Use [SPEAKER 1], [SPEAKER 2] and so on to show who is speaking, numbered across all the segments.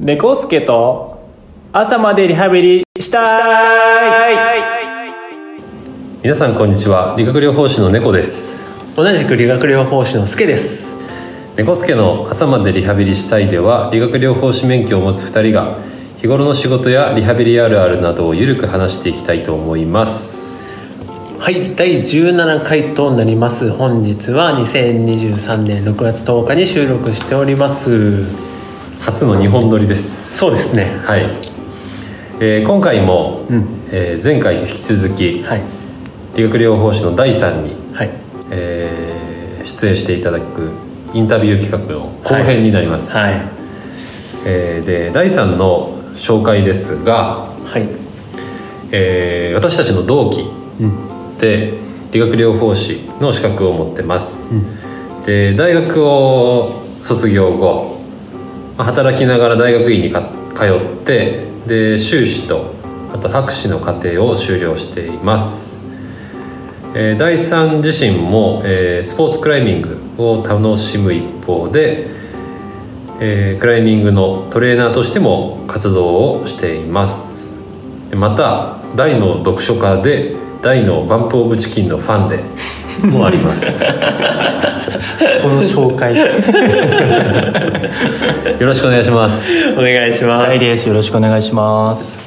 [SPEAKER 1] 猫助と朝までリハビリしたい
[SPEAKER 2] 皆さんこんにちは理学療法士の猫です
[SPEAKER 3] 同じく理学療法士のスケです
[SPEAKER 2] 猫助の朝までリハビリしたいでは理学療法士免許を持つ2人が日頃の仕事やリハビリあるあるなどをゆるく話していきたいと思います
[SPEAKER 3] はい第17回となります本日は2023年6月10日に収録しております
[SPEAKER 2] 初の日本撮りです
[SPEAKER 3] そうですね
[SPEAKER 2] はい、えー今回も、
[SPEAKER 3] うん
[SPEAKER 2] えー前回と引き続き、
[SPEAKER 3] はい
[SPEAKER 2] 理学療法士の第さんに、
[SPEAKER 3] はい
[SPEAKER 2] えー出演していただくインタビュー企画の後編になります、
[SPEAKER 3] はい
[SPEAKER 2] えーで第3の紹介ですが、
[SPEAKER 3] はい
[SPEAKER 2] えー私たちの同期
[SPEAKER 3] うん
[SPEAKER 2] で理学療法士の資格を持ってます、で大学を卒業後まあ働きながら大学院にか通ってで修士とあと博士の課程を修了しています、えー、第三自身も、えースポーツクライミングを楽しむ一方で、えークライミングのトレーナーとしても活動をしていますでまた大の読書家で大のバンプ・オブ・チキンのファンでもあります よ
[SPEAKER 3] この紹介
[SPEAKER 2] ろしくお願いします
[SPEAKER 3] お願いします、
[SPEAKER 1] はいですよろしくお願いします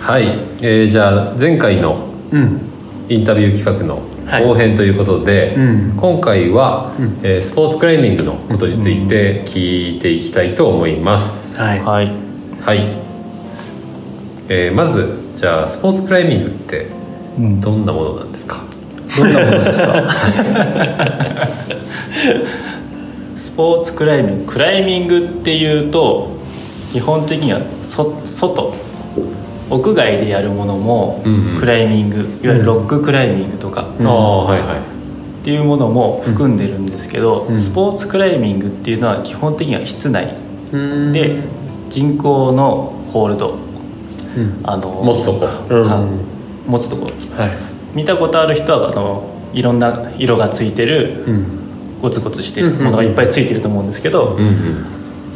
[SPEAKER 2] はい、えーじゃあ前回の
[SPEAKER 3] うん
[SPEAKER 2] インタビュー企画の
[SPEAKER 3] はい
[SPEAKER 2] 後編ということで、
[SPEAKER 3] うん
[SPEAKER 2] 今回は、えースポーツクライミングのことについて聞いていきたいと思います、
[SPEAKER 3] はい、
[SPEAKER 1] はい
[SPEAKER 2] はい、えーまずじゃあスポーツクライミングって
[SPEAKER 1] うん
[SPEAKER 2] どんなものなんですか、
[SPEAKER 1] どんなものです かスポーツクライミングクライミングっていうと基本的にはそ外屋外でやるものも
[SPEAKER 2] うんうん
[SPEAKER 1] クライミング、いわゆるロッククライミングとか
[SPEAKER 2] ああはいはい
[SPEAKER 1] っていうものも含んでるんですけど、
[SPEAKER 2] ん
[SPEAKER 1] スポーツクライミングっていうのは基本的には室内
[SPEAKER 2] うん
[SPEAKER 1] で人工のホールド
[SPEAKER 2] うん
[SPEAKER 1] あの
[SPEAKER 2] 持つとこ
[SPEAKER 3] うん
[SPEAKER 1] は持つとこ
[SPEAKER 2] はい
[SPEAKER 1] 見たことある人はあのいろんな色がついてる、
[SPEAKER 2] うん
[SPEAKER 1] ゴツゴツしてるものがいっぱいついてると思うんですけど、
[SPEAKER 2] うんうん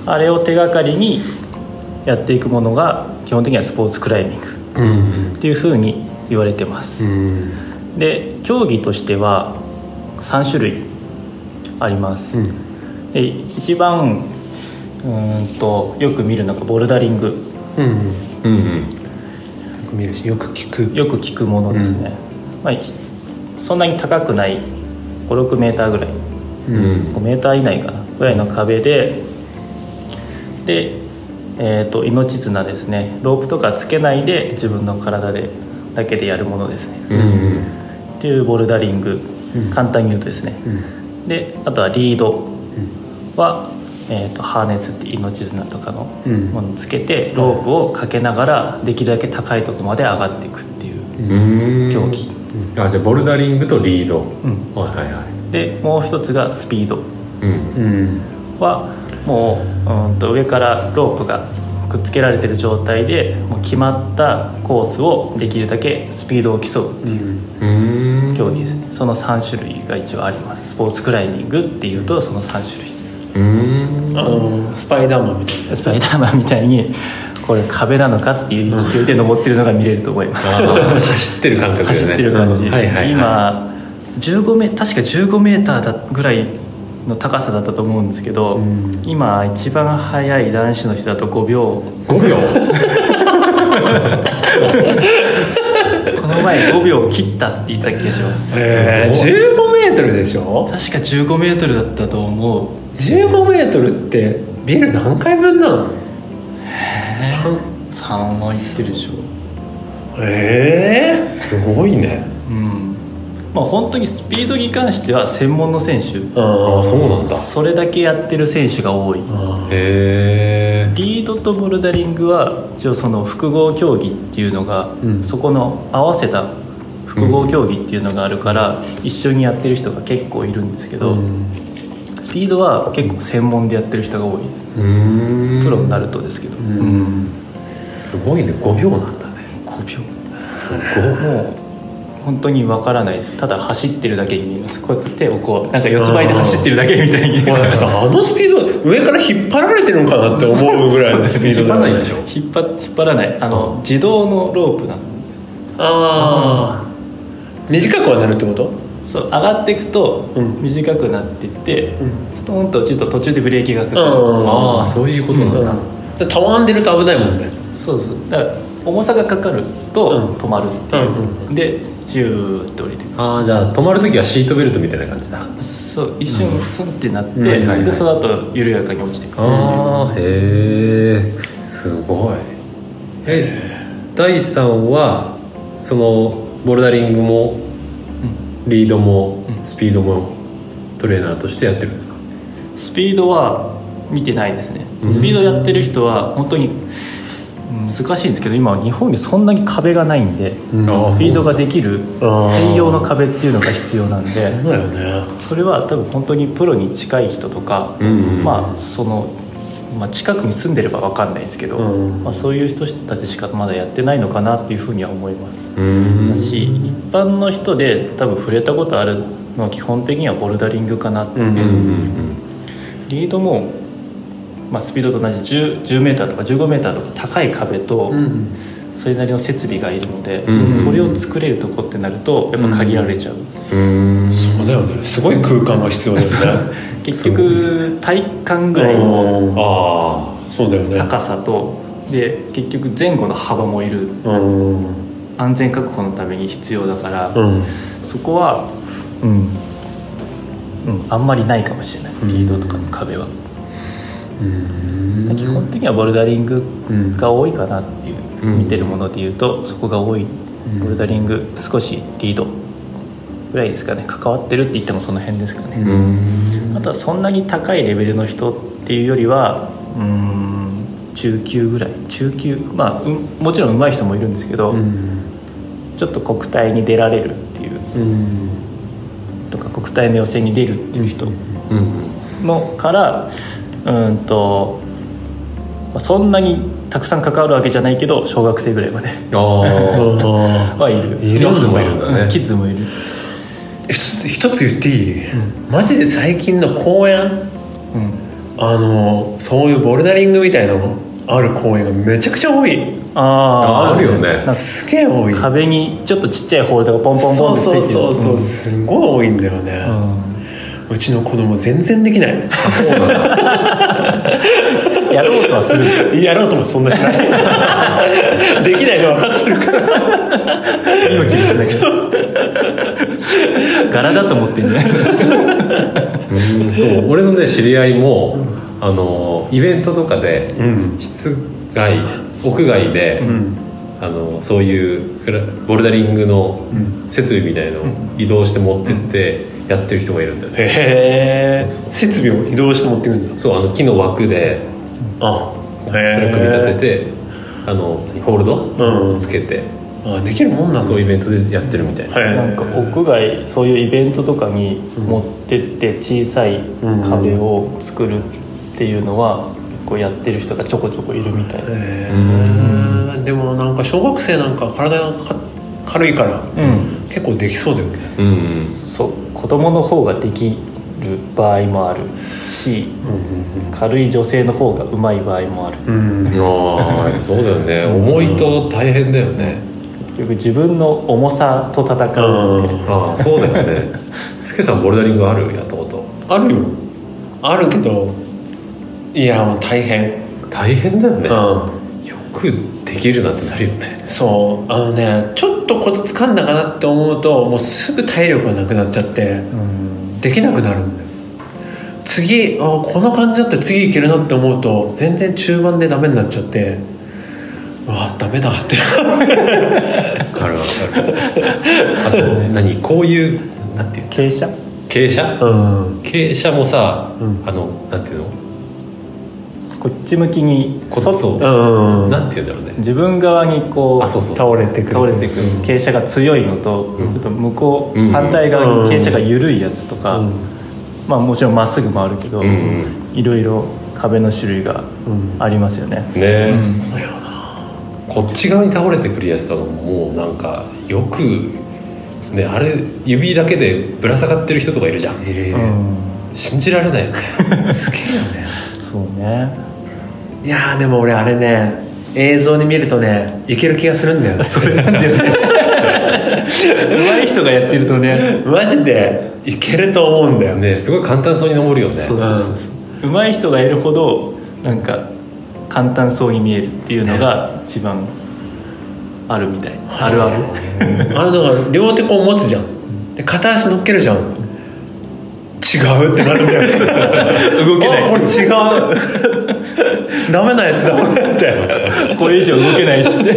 [SPEAKER 1] あれを手がかりにやっていくものが基本的にはスポーツクライミング
[SPEAKER 2] うん
[SPEAKER 1] っていうふうに言われてます、
[SPEAKER 2] うん
[SPEAKER 1] で競技としては3種類あります、で一番うーんとよく見るのがボルダリング
[SPEAKER 3] うん、
[SPEAKER 2] うん
[SPEAKER 3] よく見るしよく聞く
[SPEAKER 1] よく聞くものですね、まあ、いそんなに高くない56メーターぐらい
[SPEAKER 2] うんうん
[SPEAKER 1] 5メーター以内かなぐらいの壁でで、えー、と命綱ですねロープとかつけないで自分の体でだけでやるものですね
[SPEAKER 2] うん
[SPEAKER 1] っていうボルダリング、簡単に言うとですね、であとはリードは、えー、とハーネスって命綱とかの
[SPEAKER 3] うん
[SPEAKER 1] ものつけてロープをかけながらできるだけ高いところまで上がっていくっていう
[SPEAKER 2] うん
[SPEAKER 1] 競技、
[SPEAKER 2] あじゃあボルダリングとリード、
[SPEAKER 1] ん
[SPEAKER 2] はいはいはい
[SPEAKER 1] でもう一つがスピード
[SPEAKER 2] うん
[SPEAKER 3] うん
[SPEAKER 1] はもううんと上からロープがくっつけられてる状態でもう決まったコースをできるだけスピードを競うっていう
[SPEAKER 2] うん
[SPEAKER 1] 競技ですねその3種類が一応ありますスポーツクライミングっていうとその3種類
[SPEAKER 2] うん
[SPEAKER 3] あのスパイダーマンみたいな
[SPEAKER 1] スパイダーマンみたいにこれ壁なのかっていう勢いで登ってるのが見れると思います
[SPEAKER 2] 走ってる感覚です
[SPEAKER 1] 走
[SPEAKER 2] ね
[SPEAKER 1] ってる感じ、
[SPEAKER 2] うんはいはいはい、
[SPEAKER 1] 今15メ確か15メーターだぐらいの高さだったと思うんですけど、今一番速い男子の人だと5秒
[SPEAKER 2] 5秒
[SPEAKER 1] この前5秒切ったって言ってた気がします
[SPEAKER 3] え
[SPEAKER 2] すごい
[SPEAKER 3] ー、15メートルでしょ
[SPEAKER 1] 確か15メートルだったと思う
[SPEAKER 3] 15メートルってビル何回分なの三
[SPEAKER 1] 3は言ってるでしょ
[SPEAKER 3] ええ
[SPEAKER 2] すごいね
[SPEAKER 1] うんまあ本当にスピードに関しては専門の選手
[SPEAKER 2] ああそうなんだ
[SPEAKER 1] それだけやってる選手が多い
[SPEAKER 2] へえ
[SPEAKER 1] リードとボルダリングは一応その複合競技っていうのが、
[SPEAKER 3] うん
[SPEAKER 1] そこの合わせた複合競技っていうのがあるから、一緒にやってる人が結構いるんですけど、スピードは結構専門でやってる人が多いです
[SPEAKER 2] うん
[SPEAKER 1] プロになるとですけど、
[SPEAKER 2] すごいね5秒なんだね
[SPEAKER 1] 5秒
[SPEAKER 2] すごい
[SPEAKER 1] もう本当にわからないですただ走ってるだけに見えますこうやって手をこうなんか四つ倍で走ってるだけみたいに
[SPEAKER 3] まあなんかあのスピード上から引っ張られてるのかなって思うぐらいのスピード
[SPEAKER 2] 引っ張らないでしょ
[SPEAKER 1] 引っ張引っ張らないあの自動のロープなんで
[SPEAKER 3] ああ短くはなるってこと
[SPEAKER 1] そう上がっていくと
[SPEAKER 3] うん
[SPEAKER 1] 短くなっていって、
[SPEAKER 3] う
[SPEAKER 1] ストーンと落ちると途中でブレーキがかかる、
[SPEAKER 3] うん
[SPEAKER 2] ああそういうことなんだ、
[SPEAKER 3] うんたわんでると危ないもんね
[SPEAKER 1] そうそうだから重さがかかる
[SPEAKER 3] うん
[SPEAKER 1] と止まるっていう、
[SPEAKER 3] うん
[SPEAKER 1] でジューって降りてく
[SPEAKER 2] ああじゃあ止まる時はシートベルトみたいな感じだ
[SPEAKER 1] るそう一瞬スンってなって、
[SPEAKER 2] うんはいはいはい
[SPEAKER 1] でその後緩やかに落ちてくる
[SPEAKER 2] ああへえすごいえ大さんはそのボルダリングもリードも
[SPEAKER 1] うん
[SPEAKER 2] スピードもトレーナーとしてやってるんですか
[SPEAKER 1] スピードは見てないですね
[SPEAKER 2] うん
[SPEAKER 1] スピードやってる人は本当にうん難しいんですけど今日本にそんなに壁がないんで、
[SPEAKER 2] んあー
[SPEAKER 1] スピードができる
[SPEAKER 3] あー
[SPEAKER 1] 専用の壁っていうのが必要なんで
[SPEAKER 3] そうだよね
[SPEAKER 1] それは多分本当にプロに近い人とか、
[SPEAKER 2] うんうん
[SPEAKER 1] まあその、まあ、近くに住んでれば分かんないですけど、
[SPEAKER 3] うん
[SPEAKER 1] まあ、そういう人たちしかまだやってないのかなっていうふうには思います、
[SPEAKER 2] うー
[SPEAKER 1] だ
[SPEAKER 2] ん
[SPEAKER 1] し一般の人で多分触れたことあるのは基本的にはボルダリングかなっていう、
[SPEAKER 3] うん
[SPEAKER 2] うん
[SPEAKER 1] リードも、まあ、スピードと同じ 10, 10メーターとか15メーターとか高い壁と、
[SPEAKER 3] うん
[SPEAKER 1] それなりの設備がいるので、
[SPEAKER 2] うん
[SPEAKER 1] それを作れるとこってなるとやっぱ限られちゃう、
[SPEAKER 2] うんうーん
[SPEAKER 3] そうだよねすごい空間が必要だよね
[SPEAKER 1] 結局体感ぐらいの
[SPEAKER 3] うん
[SPEAKER 2] あ
[SPEAKER 3] そうだよね
[SPEAKER 1] 高さとで結局前後の幅もいる
[SPEAKER 3] うん
[SPEAKER 1] 安全確保のために必要だから、
[SPEAKER 3] うん
[SPEAKER 1] そこはうん、うん、あんまりないかもしれないリードとかの壁は、基本的にはボルダリングが多いかなっていう、
[SPEAKER 2] うん
[SPEAKER 1] 見てるものでいうとそこが多いボルダリング少しリードぐらいですかね関わってるって言ってもその辺ですかね、
[SPEAKER 2] ーうーん
[SPEAKER 1] あとはそんなに高いレベルの人っていうよりはうーん中級ぐらい中級まあ、うんもちろん上手い人もいるんですけど、
[SPEAKER 3] うん
[SPEAKER 1] ちょっと国体に出られるっていう
[SPEAKER 3] うん
[SPEAKER 1] とか国体の予選に出るっていう人
[SPEAKER 2] うん
[SPEAKER 1] のからうーんとまあそんなにたくさん関わるわけじゃないけど小学生ぐらいまで
[SPEAKER 2] ああ
[SPEAKER 3] あー
[SPEAKER 1] はいる
[SPEAKER 3] いるんだ
[SPEAKER 1] キッズもいる
[SPEAKER 2] んだね
[SPEAKER 1] うんキッズもいる
[SPEAKER 3] 一つ一つ言っていい、マジで最近の公園
[SPEAKER 1] うん
[SPEAKER 3] あのそういうボルダリングみたいなのある公園がめちゃくちゃ多い
[SPEAKER 1] あー
[SPEAKER 2] あるよね
[SPEAKER 1] なんか
[SPEAKER 3] すげえ多い
[SPEAKER 1] 壁にちょっとちっちゃいホールドがポンポンポン
[SPEAKER 3] そう
[SPEAKER 1] ってついて
[SPEAKER 3] そ
[SPEAKER 1] る
[SPEAKER 3] うそうそう、すごい多いんだよね、
[SPEAKER 1] う
[SPEAKER 3] うんちの子供全然できない
[SPEAKER 2] そうなんだ
[SPEAKER 1] うんやろうとはする
[SPEAKER 3] やろうともそんなし ないできないの分かってるから
[SPEAKER 1] 今気持ちだけ柄だと思ってんじゃない
[SPEAKER 2] うんそう俺のね知り合いも、あのイベントとかで、
[SPEAKER 3] ん
[SPEAKER 2] 室外屋外で、あのそういうフラボルダリングの設備みたいのを移動して持ってってやってる人がいるんだよね、
[SPEAKER 3] へえ
[SPEAKER 2] そう
[SPEAKER 3] 設備を移動して持ってくんだ
[SPEAKER 2] そうあの木の枠で
[SPEAKER 3] あ
[SPEAKER 2] それ組み立てて、あのホール
[SPEAKER 3] う
[SPEAKER 2] ド
[SPEAKER 3] ん
[SPEAKER 2] つけて、
[SPEAKER 3] あできるもんなんだ
[SPEAKER 2] そういうイベントでやってるみたいな、
[SPEAKER 3] はい
[SPEAKER 1] なんか屋外そういうイベントとかに持ってって小さい壁を作るっていうのは結構やってる人がちょこちょこいるみたいな
[SPEAKER 3] へえでもなんか小学生なんか体がか軽いから、
[SPEAKER 1] うん
[SPEAKER 3] 結構できそうだよね
[SPEAKER 2] うん
[SPEAKER 1] そう子供の方ができる場合もあるし軽い女性の方がうまい場合もある
[SPEAKER 3] うん
[SPEAKER 2] うん、ああやっぱそうだよね重いと大変だよね、
[SPEAKER 1] 結局自分の重さと戦うので
[SPEAKER 2] ああそうだよ ねスケさんボルダリングあるやったこと
[SPEAKER 3] あるよあるけどいやもう大変
[SPEAKER 2] 大変だよね、
[SPEAKER 3] う
[SPEAKER 2] よくできるなってなるよね
[SPEAKER 3] んそうあのねちょっとコツつかんだかなって思うともうすぐ体力がなくなっちゃって
[SPEAKER 1] うん
[SPEAKER 3] できなくなるんだよ次あこの感じだったら次いけるなって思うと全然中盤でダメになっちゃってうわダメだって
[SPEAKER 2] わかるわかるあと何こういうなんていう
[SPEAKER 1] 傾斜
[SPEAKER 2] 傾斜
[SPEAKER 3] うん
[SPEAKER 2] 傾斜もさ、
[SPEAKER 3] うん
[SPEAKER 2] あのなんていうの
[SPEAKER 1] こっち向きに
[SPEAKER 2] こそう
[SPEAKER 3] うん
[SPEAKER 2] なんていうんだろうね
[SPEAKER 1] 自分側にこう
[SPEAKER 2] あそうそう
[SPEAKER 3] 倒れてくる
[SPEAKER 1] 倒れていく傾斜が強いのと,、
[SPEAKER 2] ん
[SPEAKER 1] と向こう、
[SPEAKER 2] うん
[SPEAKER 1] 反対側に傾斜が緩いやつとか、
[SPEAKER 3] うん
[SPEAKER 1] まあ、もちろんまっすぐ回るけど、
[SPEAKER 2] うんうん
[SPEAKER 1] いろいろ壁の種類がありますよね、
[SPEAKER 2] ねえ、こっち側に倒れてくるやつとかももうなんかよくねあれ指だけでぶら下がってる人とかいるじゃん
[SPEAKER 3] いるいる、
[SPEAKER 1] うん
[SPEAKER 2] 信じられないよね
[SPEAKER 3] すげえよね
[SPEAKER 1] そうね
[SPEAKER 3] いやーでも俺あれね映像に見るとねいける気がするん だよね
[SPEAKER 1] それなんだよね上手い人がやってるとね
[SPEAKER 3] マジでいけると思うんだよ ね
[SPEAKER 2] ねすごい簡単そうに登るよね
[SPEAKER 1] そうそうそうそう上手い人がいるほどなんか簡単そうに見えるっていうのが一番あるみたいあるある
[SPEAKER 3] あれだから両手こう持つじゃんで片足乗っけるじゃん違うってなるんだ よ
[SPEAKER 1] 動けない
[SPEAKER 3] あこれ違うダメなやつだこれって
[SPEAKER 1] これ以上動けないっつって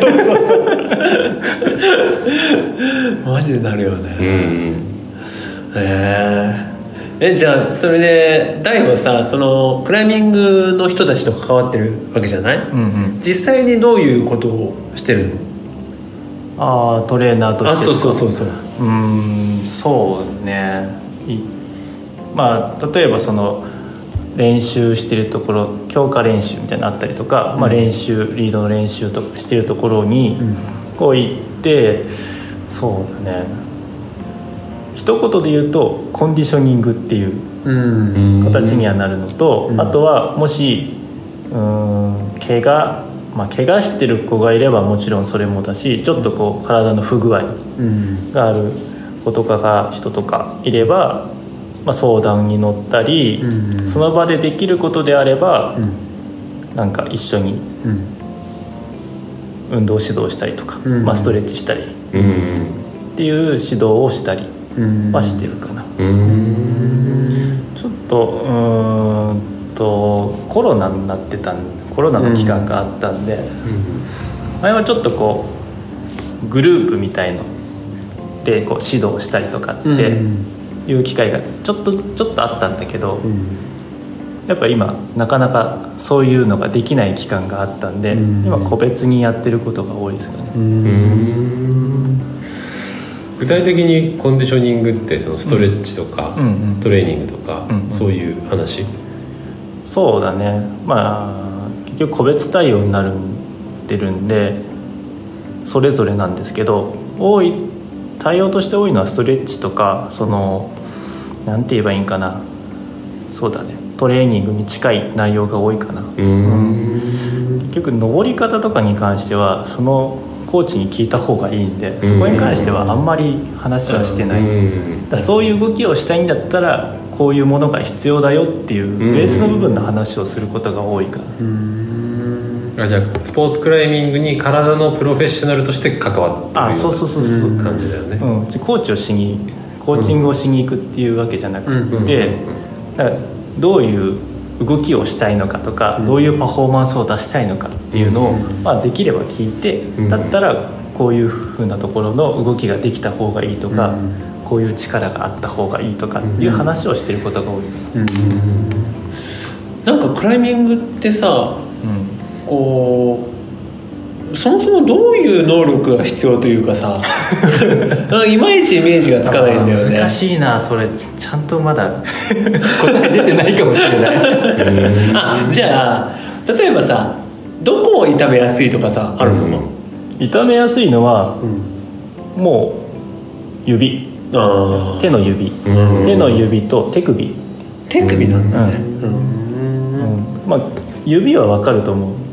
[SPEAKER 3] マジでなるよね
[SPEAKER 2] うん
[SPEAKER 3] へええじゃあそれで大はさそのクライミングの人たちと関わってるわけじゃない、
[SPEAKER 1] うんうん
[SPEAKER 3] 実際にどういうことをしてるの
[SPEAKER 1] ああトレーナーとして
[SPEAKER 3] あ
[SPEAKER 1] とか
[SPEAKER 3] そうそうそうそう
[SPEAKER 1] うーんそうねいまあ例えばその練習してるところ強化練習みたいなのあったりとか、まあ、練習リードの練習とかしてるところにこう行って、そうだね一言で言うとコンディショニングっていう
[SPEAKER 3] うん
[SPEAKER 2] うん
[SPEAKER 1] 形にはなるのと、あとはもしうーん怪我まあ怪我してる子がいればもちろんそれもだしちょっとこう体の不具合
[SPEAKER 3] うん
[SPEAKER 1] がある子とかが人とかいれば、まあ、相談に乗ったり、
[SPEAKER 3] うんうん
[SPEAKER 1] その場でできることであれば、
[SPEAKER 3] うん
[SPEAKER 1] なんか一緒に
[SPEAKER 3] うん
[SPEAKER 1] 運動指導したりとか、
[SPEAKER 3] うんうん
[SPEAKER 1] まあ、ストレッチしたりっ
[SPEAKER 2] うん
[SPEAKER 1] ていう指導をしたり
[SPEAKER 3] うん
[SPEAKER 1] はしてるかな、
[SPEAKER 2] うん
[SPEAKER 1] ちょっとうーんとコロナになってたんコロナの期間があったんで、前はちょっとこうグループみたいのでこう指導したりとかっていう機会がちょっとちょっとあったんだけど、やっぱ今なかなかそういうのができない期間があったんで、
[SPEAKER 3] うん
[SPEAKER 1] 今個別にやってることが多いですよね、
[SPEAKER 2] 具体的にコンディショニングってそのストレッチとか、
[SPEAKER 1] うんうん
[SPEAKER 2] トレーニングとか、
[SPEAKER 1] うんうん
[SPEAKER 2] そういう話、
[SPEAKER 1] そうだねまあ結局個別対応になるんでるんでそれぞれなんですけど多い対応として多いのはストレッチとかそのなんて言えばいいんかなそうだねトレーニングに近い内容が多いかな、
[SPEAKER 2] うん
[SPEAKER 1] 結局登り方とかに関してはそのコーチに聞いた方がいいんでそこに関してはあんまり話はしてない、だからそういう動きをしたいんだったらこういうものが必要だよっていうベースの部分の話をすることが多いから、
[SPEAKER 2] あじゃあスポーツクライミングに体のプロフェッショナルとして関わってる
[SPEAKER 1] あそうそうそうそう、
[SPEAKER 2] 感じだよね、
[SPEAKER 1] うん、コーチをしにコーチングをしに行くっていうわけじゃなく
[SPEAKER 2] うんうんうん
[SPEAKER 1] て、だからどういう動きをしたいのかとか、どういうパフォーマンスを出したいのかっていうのを、まあ、できれば聞いて、
[SPEAKER 2] ん
[SPEAKER 1] だったらこういうふうなところの動きができた方がいいとか、こういう力があった方がいいとかっていう話をしてることが多い、
[SPEAKER 3] なんかクライミングってさ
[SPEAKER 1] うん
[SPEAKER 3] こうそもそもどういう能力が必要というか さなんかいまいちイメージがつかないんだよね
[SPEAKER 1] 難しいなそれちゃんとまだ答え出てないかもしれない
[SPEAKER 3] あじゃあ例えばさどこを痛めやすいとかさあると思う、
[SPEAKER 1] 痛めやすいのはもう指
[SPEAKER 3] あ
[SPEAKER 1] 手の指
[SPEAKER 2] うん
[SPEAKER 1] 手の指と手首、
[SPEAKER 3] 手首なんだね、
[SPEAKER 1] うんまあ指は分かると思う、
[SPEAKER 2] うん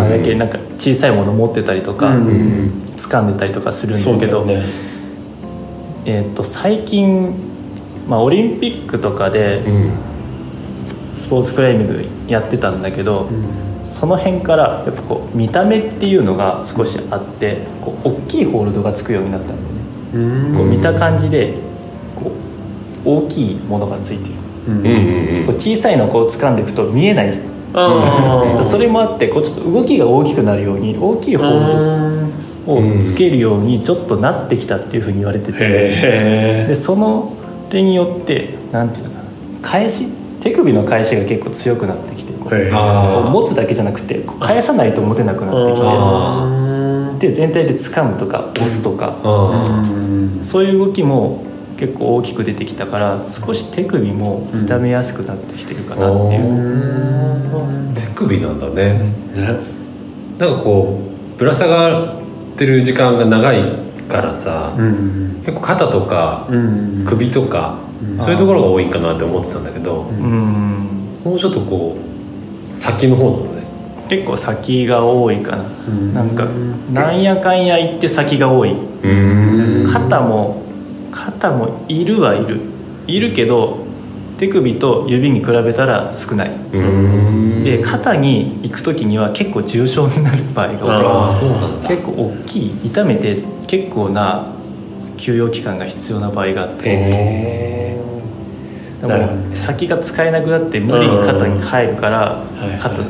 [SPEAKER 1] あれだけなんか小さいもの持ってたりとか、
[SPEAKER 3] うん
[SPEAKER 2] うん
[SPEAKER 1] 掴んでたりとかするん
[SPEAKER 3] そ
[SPEAKER 1] だ
[SPEAKER 3] う
[SPEAKER 1] け
[SPEAKER 3] だ
[SPEAKER 1] ど
[SPEAKER 3] よね
[SPEAKER 1] えー、と最近、まあ、オリンピックとかで
[SPEAKER 2] うん
[SPEAKER 1] スポーツクライミングやってたんだけど、その辺からやっぱこう見た目っていうのが少しあってこう大きいホールドがつくようになったんだよね、
[SPEAKER 3] うん
[SPEAKER 1] こう見た感じでこう大きいものがついてる
[SPEAKER 2] うんうん
[SPEAKER 1] こう小さいのをこう掴んでいくと見えないじゃん
[SPEAKER 3] あ あ
[SPEAKER 1] それもあってこうちょっと動きが大きくなるように大きいホールドをつけるようにちょっとなってきたっていうふうに言われてて、
[SPEAKER 3] へえ
[SPEAKER 1] でそのそれによってなんていうのかな返し手首の返しが結構強くなってきてこう
[SPEAKER 3] へえ
[SPEAKER 1] こう
[SPEAKER 2] あ
[SPEAKER 1] 持つだけじゃなくてこう返さないと持てなくなって
[SPEAKER 2] あ
[SPEAKER 1] きてで全体で掴むとか押すとか、
[SPEAKER 2] あ
[SPEAKER 1] そういう動きも結構大きく出てきたから少し手首も痛めやすくなってきてるかなっていう、
[SPEAKER 2] 手首なんだね、
[SPEAKER 3] ね
[SPEAKER 2] なんかこうぶら下がってる時間が長いからさ、
[SPEAKER 3] うん
[SPEAKER 2] 結構肩とか
[SPEAKER 3] うん
[SPEAKER 2] 首とか、そういうところが多いんかなって思ってたんだけど、
[SPEAKER 1] うん
[SPEAKER 2] もうちょっとこう先の方なのね
[SPEAKER 1] 結構先が多いかな、
[SPEAKER 3] ん
[SPEAKER 1] なんかなんやかんや行って先が多い
[SPEAKER 2] うん
[SPEAKER 1] 肩も肩もいるはいるいるけど手首と指に比べたら少ない
[SPEAKER 2] うん
[SPEAKER 1] で肩に行く時には結構重症になる場合が多い
[SPEAKER 2] ああそうなんだ
[SPEAKER 1] 結構大きい痛めて結構な休養期間が必要な場合があって
[SPEAKER 3] へ
[SPEAKER 1] で
[SPEAKER 3] なるほど
[SPEAKER 1] も
[SPEAKER 3] ね
[SPEAKER 1] 先が使えなくなって無理に肩に入るから
[SPEAKER 3] うんはい
[SPEAKER 1] 肩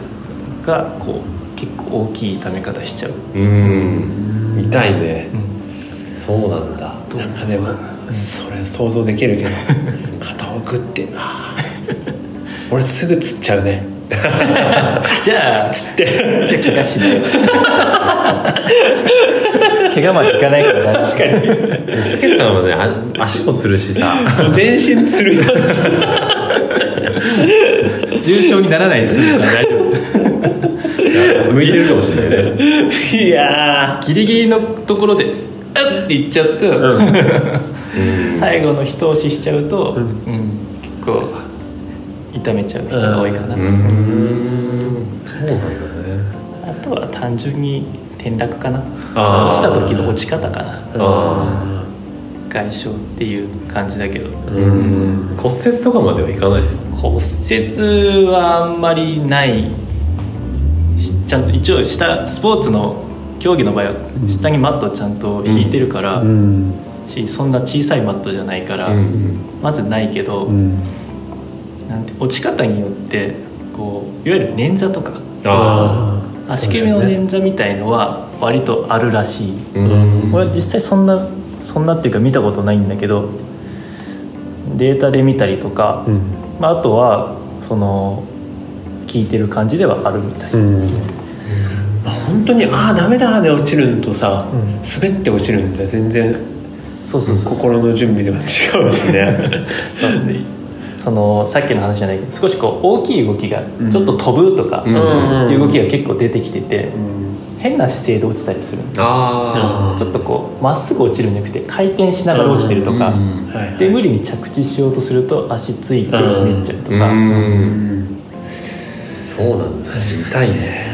[SPEAKER 1] がこう結構大きい痛め方しち ゃう、
[SPEAKER 2] うん痛いね
[SPEAKER 1] うん
[SPEAKER 2] そうなんだ
[SPEAKER 3] えなんかでもそれ想像できる けど肩をグッてあー俺すぐつっちゃうね
[SPEAKER 1] じゃあ
[SPEAKER 3] つって
[SPEAKER 1] じゃあ怪我し ない怪我までいかないから大丈夫
[SPEAKER 2] スケさんはねあ足もつるしさ
[SPEAKER 3] 全身つるやつ
[SPEAKER 1] 重症にならないでするから大丈夫
[SPEAKER 2] 向いてるかもしれないね
[SPEAKER 3] いや
[SPEAKER 1] ギリギリのところで「うっ!」って言っちゃって、 最後の一押ししちゃうと、うん結構痛めちゃう人が多いかな、
[SPEAKER 2] うんそうなんだね
[SPEAKER 1] あとは単純に転落かな
[SPEAKER 2] あー
[SPEAKER 1] 落ちた時の落ち方かな
[SPEAKER 2] あ
[SPEAKER 1] 外傷っていう感じだけど
[SPEAKER 2] あうん骨折とかまではいかない
[SPEAKER 1] 骨折はあんまりないしちゃんと一応下スポーツの競技の場合は下にマットをちゃんと引いてるから、
[SPEAKER 3] ん
[SPEAKER 1] しそんな小さいマットじゃないから、
[SPEAKER 2] うん
[SPEAKER 1] まずないけど、
[SPEAKER 3] ん
[SPEAKER 1] なんて落ち方によってこういわゆる捻挫とか
[SPEAKER 2] あ
[SPEAKER 1] 足首の捻挫みたいのは割とあるらしい、
[SPEAKER 2] あうん
[SPEAKER 1] 俺は実際そんなそんなっていうか見たことないんだけどデータで見たりとか、
[SPEAKER 3] うん
[SPEAKER 1] まあ、あとはその聞いてる感じではあるみたい、
[SPEAKER 3] うんまあ本当にああダメだで落ちるんとさ、
[SPEAKER 1] ん
[SPEAKER 3] 滑って落ちるんじゃ全然
[SPEAKER 1] そうそうそうそう
[SPEAKER 3] 心の準備でも違うし ね
[SPEAKER 1] そうでそのさっきの話じゃないけど少しこう大きい動きがちょっと飛ぶとか、
[SPEAKER 2] うん
[SPEAKER 1] っていう動きが結構出てきてて、
[SPEAKER 3] うん
[SPEAKER 1] 変な姿勢で落ちたりする
[SPEAKER 2] あ
[SPEAKER 1] ちょっとこうまっすぐ落ちるんじゃなくて回転しながら落ちてるとか、
[SPEAKER 2] うん
[SPEAKER 3] はいはい
[SPEAKER 1] で無理に着地しようとすると足ついてひねっちゃうと
[SPEAKER 2] う
[SPEAKER 1] か、
[SPEAKER 2] ん
[SPEAKER 3] うん
[SPEAKER 2] そうなんだ痛いね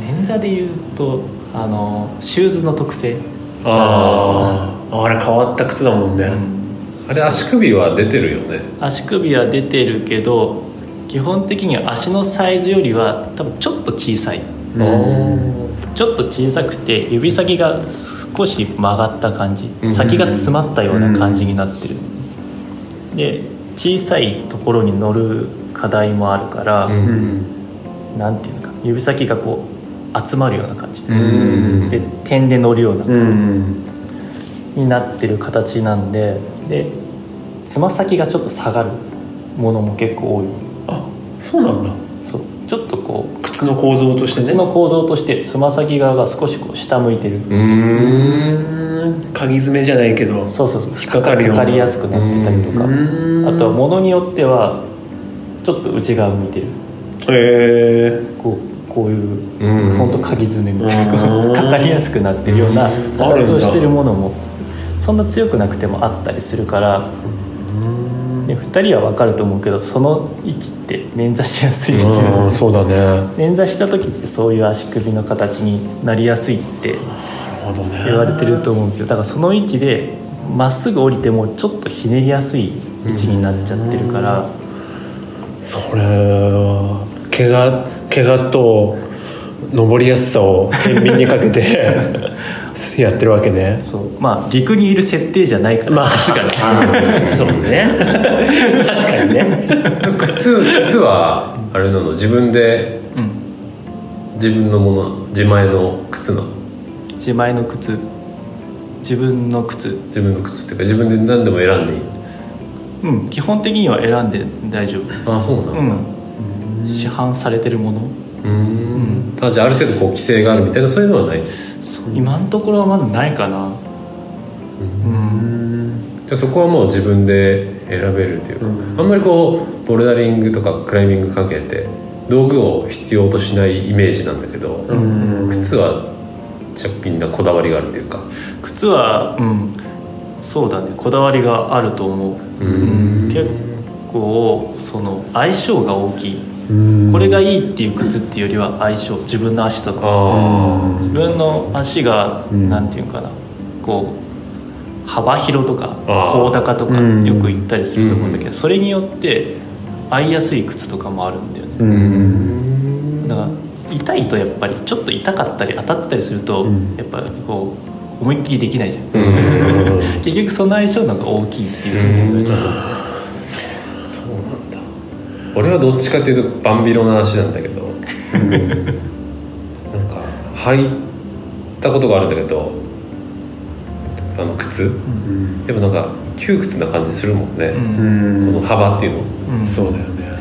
[SPEAKER 1] 捻挫でいうとあのシューズの特性、
[SPEAKER 3] あーあれ変わった靴だもんね、
[SPEAKER 2] あれ足首は出てるよね
[SPEAKER 1] 足首は出てるけど基本的には足のサイズよりは多分ちょっと小さい
[SPEAKER 3] うん
[SPEAKER 1] ちょっと小さくて指先が少し曲がった感じ
[SPEAKER 2] うん
[SPEAKER 1] 先が詰まったような感じになってる、で小さいところに乗る課題もあるから、
[SPEAKER 2] うん
[SPEAKER 3] うん
[SPEAKER 1] なんていうのか指先がこう集まるような感じ、
[SPEAKER 2] ん
[SPEAKER 1] で点で乗るような、
[SPEAKER 3] うん
[SPEAKER 1] になってる形なんででつま先がちょっと下がるものも結構多い
[SPEAKER 3] あそうなんだ
[SPEAKER 1] そうちょっとこう
[SPEAKER 3] 靴の構造としてね
[SPEAKER 1] 靴の構造としてつま先側が少しこう下向いてる、
[SPEAKER 2] うん
[SPEAKER 3] うん鍵爪じゃないけど
[SPEAKER 1] そうそうそう
[SPEAKER 3] 引っかかるよう
[SPEAKER 1] か
[SPEAKER 3] な
[SPEAKER 1] りやすくなってたりとか、
[SPEAKER 3] うん
[SPEAKER 1] あとは物によってはちょっと内側向いてる
[SPEAKER 3] へえ
[SPEAKER 1] こうこういう、
[SPEAKER 2] うん
[SPEAKER 1] ほんと鍵爪みたいな、
[SPEAKER 3] うん
[SPEAKER 1] かかりやすくなってるような
[SPEAKER 3] あるん
[SPEAKER 1] 形
[SPEAKER 3] だ
[SPEAKER 1] をしてるものもそんな強くなくてもあったりするから、で2人は分かると思うけどその位置って捻挫しやすい位置なの
[SPEAKER 3] そうだねな
[SPEAKER 1] 捻挫した時ってそういう足首の形になりやすいって
[SPEAKER 3] るほどね
[SPEAKER 1] 言われてると思うけどだからその位置でまっすぐ降りてもちょっとひねりやすい位置になっちゃってるから、
[SPEAKER 3] それは怪我怪我と登りやすさを天秤にかけ てやってるわけね
[SPEAKER 1] そうまあ陸にいる設定じゃないから、
[SPEAKER 3] まあ
[SPEAKER 1] 靴がね
[SPEAKER 3] そうね確かにね
[SPEAKER 2] 靴靴はあれなの自分で
[SPEAKER 1] うん
[SPEAKER 2] 自分のものなの自前の靴なの
[SPEAKER 1] 自前の靴自分の靴
[SPEAKER 2] 自分の靴っていうか自分で何でも選んでいい
[SPEAKER 1] うん基本的には選んで大丈夫
[SPEAKER 2] ああそうな
[SPEAKER 1] う
[SPEAKER 2] の
[SPEAKER 1] ん市販されてるもの
[SPEAKER 2] うんあじゃあある程度こう規制があるみたいなそういうのはないじ
[SPEAKER 1] 今のところはまだないかなうん
[SPEAKER 2] ゃあそこはもう自分で選べるっていうか、あんまりこうボルダリングとかクライミング関係って道具を必要としないイメージなんだけど、
[SPEAKER 3] うん
[SPEAKER 2] 靴はじゃあみんなこだわりがあるというか
[SPEAKER 1] 靴はうんそうだねこだわりがあると思ううん結構その相性が大きいこれがいいっていう靴っていうよりは相性自分の足とか
[SPEAKER 2] あ
[SPEAKER 1] 自分の足が
[SPEAKER 3] ん
[SPEAKER 1] なんていうかなこう幅広とか
[SPEAKER 2] あー
[SPEAKER 1] 高高とか
[SPEAKER 3] うん
[SPEAKER 1] よく行ったりすると思うんだけどそれによって合いやすい靴とかもあるんだよね
[SPEAKER 3] うん
[SPEAKER 1] だから痛いとやっぱりちょっと痛かったり当たってたりすると
[SPEAKER 3] ん
[SPEAKER 1] やっぱこう思いっきりできないじゃん
[SPEAKER 2] あうん
[SPEAKER 1] 結局その相性の方が大きいっていう
[SPEAKER 2] そうなんだ俺はどっちかっていうとバンビロな話なんだけど、なんか履いたことがあるんだけどあの靴、やっぱなんか窮屈な感じするもんね、
[SPEAKER 1] うん
[SPEAKER 3] う
[SPEAKER 2] この
[SPEAKER 3] ん
[SPEAKER 2] 幅っていうの
[SPEAKER 1] うん
[SPEAKER 3] そうだよね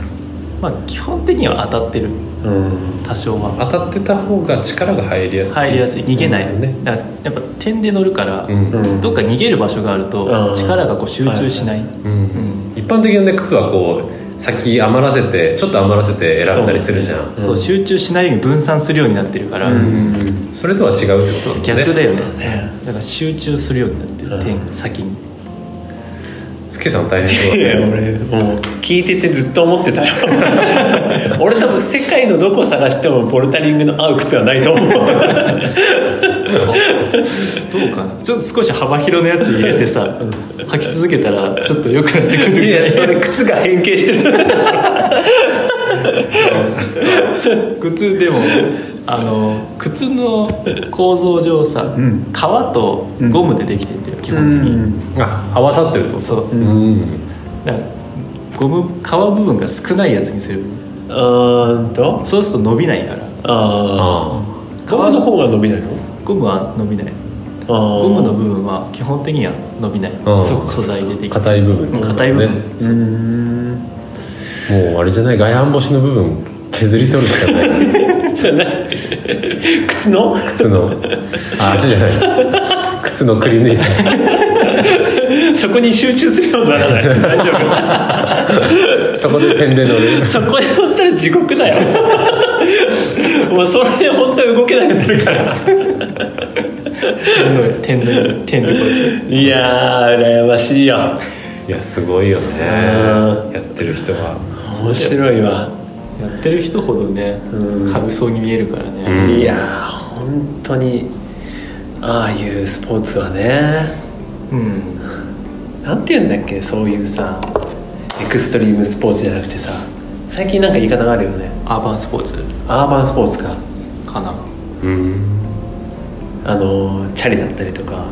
[SPEAKER 1] まあ基本的には当たってる
[SPEAKER 3] うん
[SPEAKER 1] 多少は
[SPEAKER 2] 当たってた方が力が入りやすい
[SPEAKER 1] 入りやすい逃げない、
[SPEAKER 2] ね
[SPEAKER 1] だからやっぱ点で乗るから、
[SPEAKER 2] うん
[SPEAKER 3] うん
[SPEAKER 1] どっか逃げる場所がある
[SPEAKER 3] う
[SPEAKER 1] と
[SPEAKER 3] ん
[SPEAKER 1] 力がこう集中しない、
[SPEAKER 2] うん
[SPEAKER 1] ん
[SPEAKER 2] 一般的なね靴はこう先余らせてちょっと余らせて選んだりするじゃん
[SPEAKER 1] そう集中しないように分散するようになってるから、
[SPEAKER 2] うんそれとは違うってこと
[SPEAKER 1] 逆だよね
[SPEAKER 3] ね
[SPEAKER 1] だから集中するようになってる、点先に
[SPEAKER 2] スケさん大変そう
[SPEAKER 3] いや
[SPEAKER 2] だね
[SPEAKER 3] 俺もう聞いててずっと思ってたよ 俺多分世界のどこ探してもボルタリングの合う靴はないと思 う
[SPEAKER 1] どうかなちょっと少し幅広のやつ入れてさ履き続けたらちょっと良くなってくる
[SPEAKER 3] いやそれ靴が変形してる
[SPEAKER 1] 靴でもあの靴の構造上さ、革とゴムでできてんだよ、基本的に、
[SPEAKER 2] あ合わさってるってこと
[SPEAKER 1] そう、
[SPEAKER 2] うん
[SPEAKER 1] だからゴム革部分が少ないやつにする
[SPEAKER 3] うーんと
[SPEAKER 1] そうすると伸びないから
[SPEAKER 3] ああ
[SPEAKER 2] あ
[SPEAKER 3] 革の方が伸びないの
[SPEAKER 1] ゴムは伸びない
[SPEAKER 3] あー
[SPEAKER 1] ゴムの部分は基本的には伸びない
[SPEAKER 2] ん
[SPEAKER 1] そ素材ででき
[SPEAKER 2] あ
[SPEAKER 1] て
[SPEAKER 2] 硬い部分ってこと
[SPEAKER 1] 硬
[SPEAKER 2] だ
[SPEAKER 1] い
[SPEAKER 2] ね
[SPEAKER 1] 部分、
[SPEAKER 3] うーん
[SPEAKER 2] もうあれじゃない外反母趾の部分削り取るしか ない
[SPEAKER 3] そうね 靴の
[SPEAKER 2] 靴のあ足じゃない靴のくり抜いた
[SPEAKER 3] そこに集中するようにな らない大丈夫
[SPEAKER 2] そこで点で乗る
[SPEAKER 3] そこで乗ったら地獄だよ もうそれで本当に動けなくなるから
[SPEAKER 1] 点の点の点のところで
[SPEAKER 3] いやー羨ましいよ
[SPEAKER 2] いやすごいよね
[SPEAKER 3] う
[SPEAKER 2] やってる人は
[SPEAKER 3] 面白いわ、
[SPEAKER 1] やってる人ほどね
[SPEAKER 3] うん
[SPEAKER 1] 軽そうに見えるから
[SPEAKER 2] う
[SPEAKER 1] ね、
[SPEAKER 2] ん
[SPEAKER 3] いやー本当にああいうスポーツはね
[SPEAKER 1] うん、
[SPEAKER 3] なんて言うんだっけそういうさエクストリームスポーツじゃなくてさ最近なんか言い方があるよね
[SPEAKER 1] アーバンスポーツ
[SPEAKER 3] アーバンスポーツか
[SPEAKER 1] かな
[SPEAKER 2] うん
[SPEAKER 3] あのーチャリだったりとか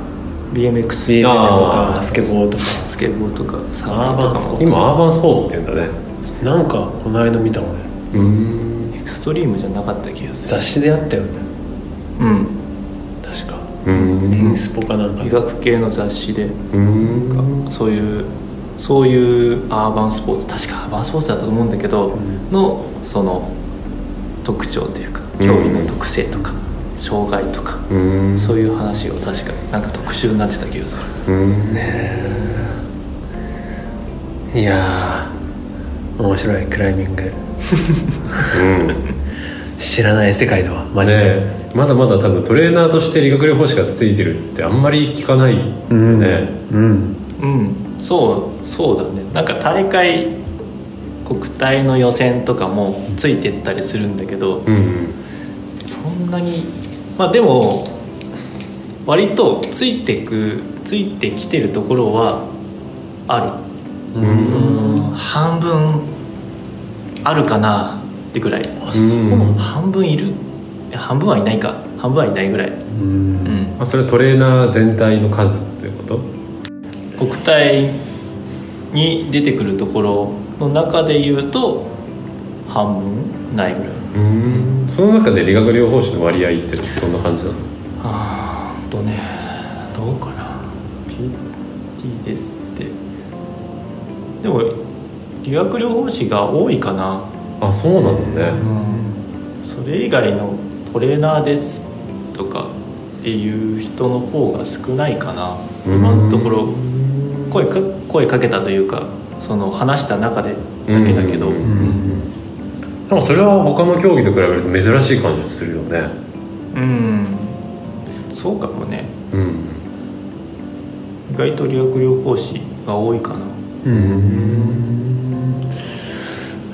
[SPEAKER 1] BMX
[SPEAKER 3] BMX と
[SPEAKER 2] あ
[SPEAKER 3] か
[SPEAKER 2] ー
[SPEAKER 3] スケボーとか
[SPEAKER 1] スケボーとかサーフィンとかも
[SPEAKER 2] 今アーバンスポーツって言うんだね
[SPEAKER 3] なんかこの間見た俺
[SPEAKER 2] うん
[SPEAKER 1] エクストリームじゃなかった気がする
[SPEAKER 3] 雑誌であったよね
[SPEAKER 1] うん
[SPEAKER 3] 確か
[SPEAKER 2] うん
[SPEAKER 3] テニスポかなんか
[SPEAKER 1] 医学系の雑誌で
[SPEAKER 2] うん
[SPEAKER 1] そういうそういうアーバンスポーツ確かアーバンスポーツだったと思うんだけど、
[SPEAKER 3] ん
[SPEAKER 1] のその特徴というか競技の特性とか、障害とか、
[SPEAKER 2] うん
[SPEAKER 1] そういう話を確かなんか特集になってた気がする
[SPEAKER 2] うん
[SPEAKER 3] いやー面白いクライミング 知らない世界だわマジで、
[SPEAKER 2] ねまだまだ多分トレーナーとして理学療法士がついてるってあんまり聞かないよ
[SPEAKER 3] うん
[SPEAKER 2] ね
[SPEAKER 3] うん
[SPEAKER 1] うんそうそうだねなんか大会国体の予選とかもついてったりするんだけど、
[SPEAKER 2] うん
[SPEAKER 1] そんなにまあでも割とついてくついてきてるところはあるうん半分あるかなってぐらい
[SPEAKER 2] うん
[SPEAKER 1] 半分いるいや半分はいないか半分はいないぐらい、
[SPEAKER 3] うん
[SPEAKER 1] うん
[SPEAKER 2] あそれはトレーナー全体の数ってこと
[SPEAKER 1] 国体に出てくるところの中で言うと半分ないぐらい
[SPEAKER 2] うんその中で理学療法士の割合ってどんな感じなの
[SPEAKER 1] あーっとねどうかな PT ですってでも理学療法士が多いかな
[SPEAKER 2] あそうなんだね
[SPEAKER 1] それ以外のトレーナーですとかっていう人の方が少ないかな
[SPEAKER 2] うん
[SPEAKER 1] 今のところ声か声かけたというかその話した中でだけだけど、
[SPEAKER 2] うんでもそれは他の競技と比べると珍しい感じするよね
[SPEAKER 1] うんそうかもね
[SPEAKER 2] うん
[SPEAKER 1] 意外と理学療法士が多いかな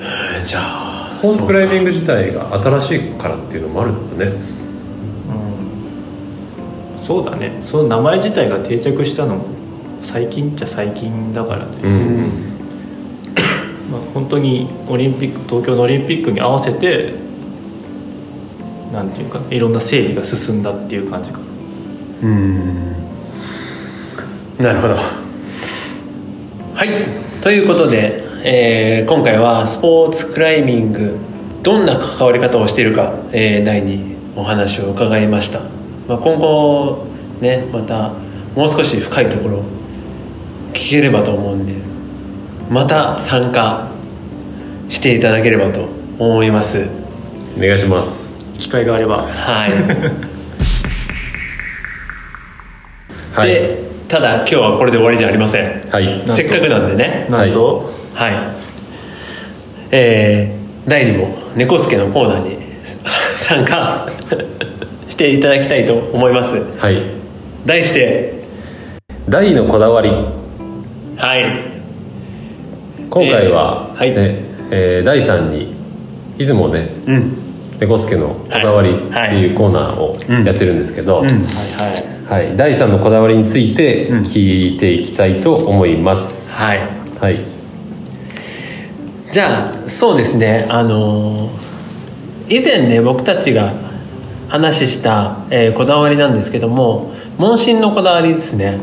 [SPEAKER 3] えじゃあ
[SPEAKER 2] スポーツクライミング自体が新しいからっていうのもあるんだね
[SPEAKER 1] うんそうだねその名前自体が定着したのも最近っちゃ最近だからね、
[SPEAKER 2] うん
[SPEAKER 1] まあ、本当にオリンピック東京のオリンピックに合わせてなんていうかいろんな整備が進んだっていう感じかな
[SPEAKER 3] うんなるほどはいということで、えー今回はスポーツクライミングどんな関わり方をしているか、えー、第にお話を伺いました、まあ、今後ねまたもう少し深いところ聞ければと思うんでまた参加していただければと思います
[SPEAKER 2] お願いします
[SPEAKER 1] 機会があれば
[SPEAKER 3] はい
[SPEAKER 2] はい
[SPEAKER 3] でただ今日はこれで終わりじゃありません
[SPEAKER 2] はい
[SPEAKER 1] と
[SPEAKER 3] せっかくなんでね
[SPEAKER 1] なんと、
[SPEAKER 3] はいえー、第2も猫助のコーナーに 参加 していただきたいと思います
[SPEAKER 2] はい
[SPEAKER 3] 題して
[SPEAKER 2] 大のこだわり
[SPEAKER 3] はい
[SPEAKER 2] 今回は、
[SPEAKER 3] えーはい
[SPEAKER 2] ねえー、第3にいつもね
[SPEAKER 3] うん
[SPEAKER 2] 猫助のこだわりっていうコーナーをやってるんですけど、
[SPEAKER 3] うん
[SPEAKER 1] はいはい
[SPEAKER 2] はい、第3のこだわりについて聞いていきたいと思います、
[SPEAKER 3] はい
[SPEAKER 2] はい
[SPEAKER 3] じゃあそうですねあのー以前ね僕たちが話した、えーこだわりなんですけども問診のこだわりですね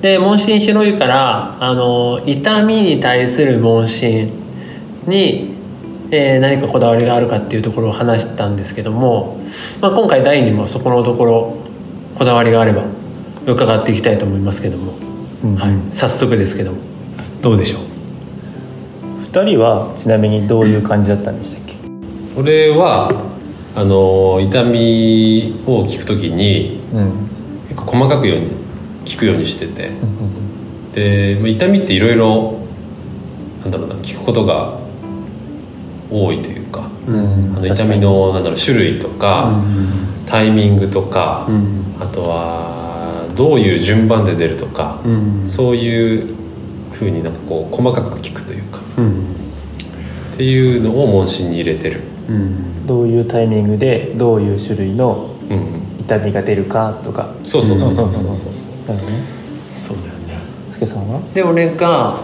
[SPEAKER 3] で問診広いから、あのー痛みに対する問診に、えー何かこだわりがあるかっていうところを話したんですけども、まあ、今回第2もそこのところこだわりがあれば伺っていきたいと思いますけども、
[SPEAKER 1] うんうん
[SPEAKER 3] はい、早速ですけどもどうでしょう
[SPEAKER 1] 2人はちなみにどういう感じだったんでしたっけ
[SPEAKER 2] これはあの痛みを聞くときに
[SPEAKER 1] うん
[SPEAKER 2] 結構細かくように聞くようにしてて、で、まあ、痛みっていろいろなんだろうな聞くことが多いというか、
[SPEAKER 1] うん
[SPEAKER 2] あの痛みのなんだろう種類とか、タイミングとか、あとはどういう順番で出るとか、そういうふうになんかこう細かく聞くというか、っていうのを問診に入れてる。
[SPEAKER 1] どういうタイミングでどういう種類の
[SPEAKER 2] うんうん
[SPEAKER 1] 痛みが出るかとか
[SPEAKER 2] そうそうそうそうそうそうそ
[SPEAKER 1] な
[SPEAKER 2] う
[SPEAKER 1] るほどね
[SPEAKER 3] そうだよね
[SPEAKER 1] すけさんは
[SPEAKER 3] で俺が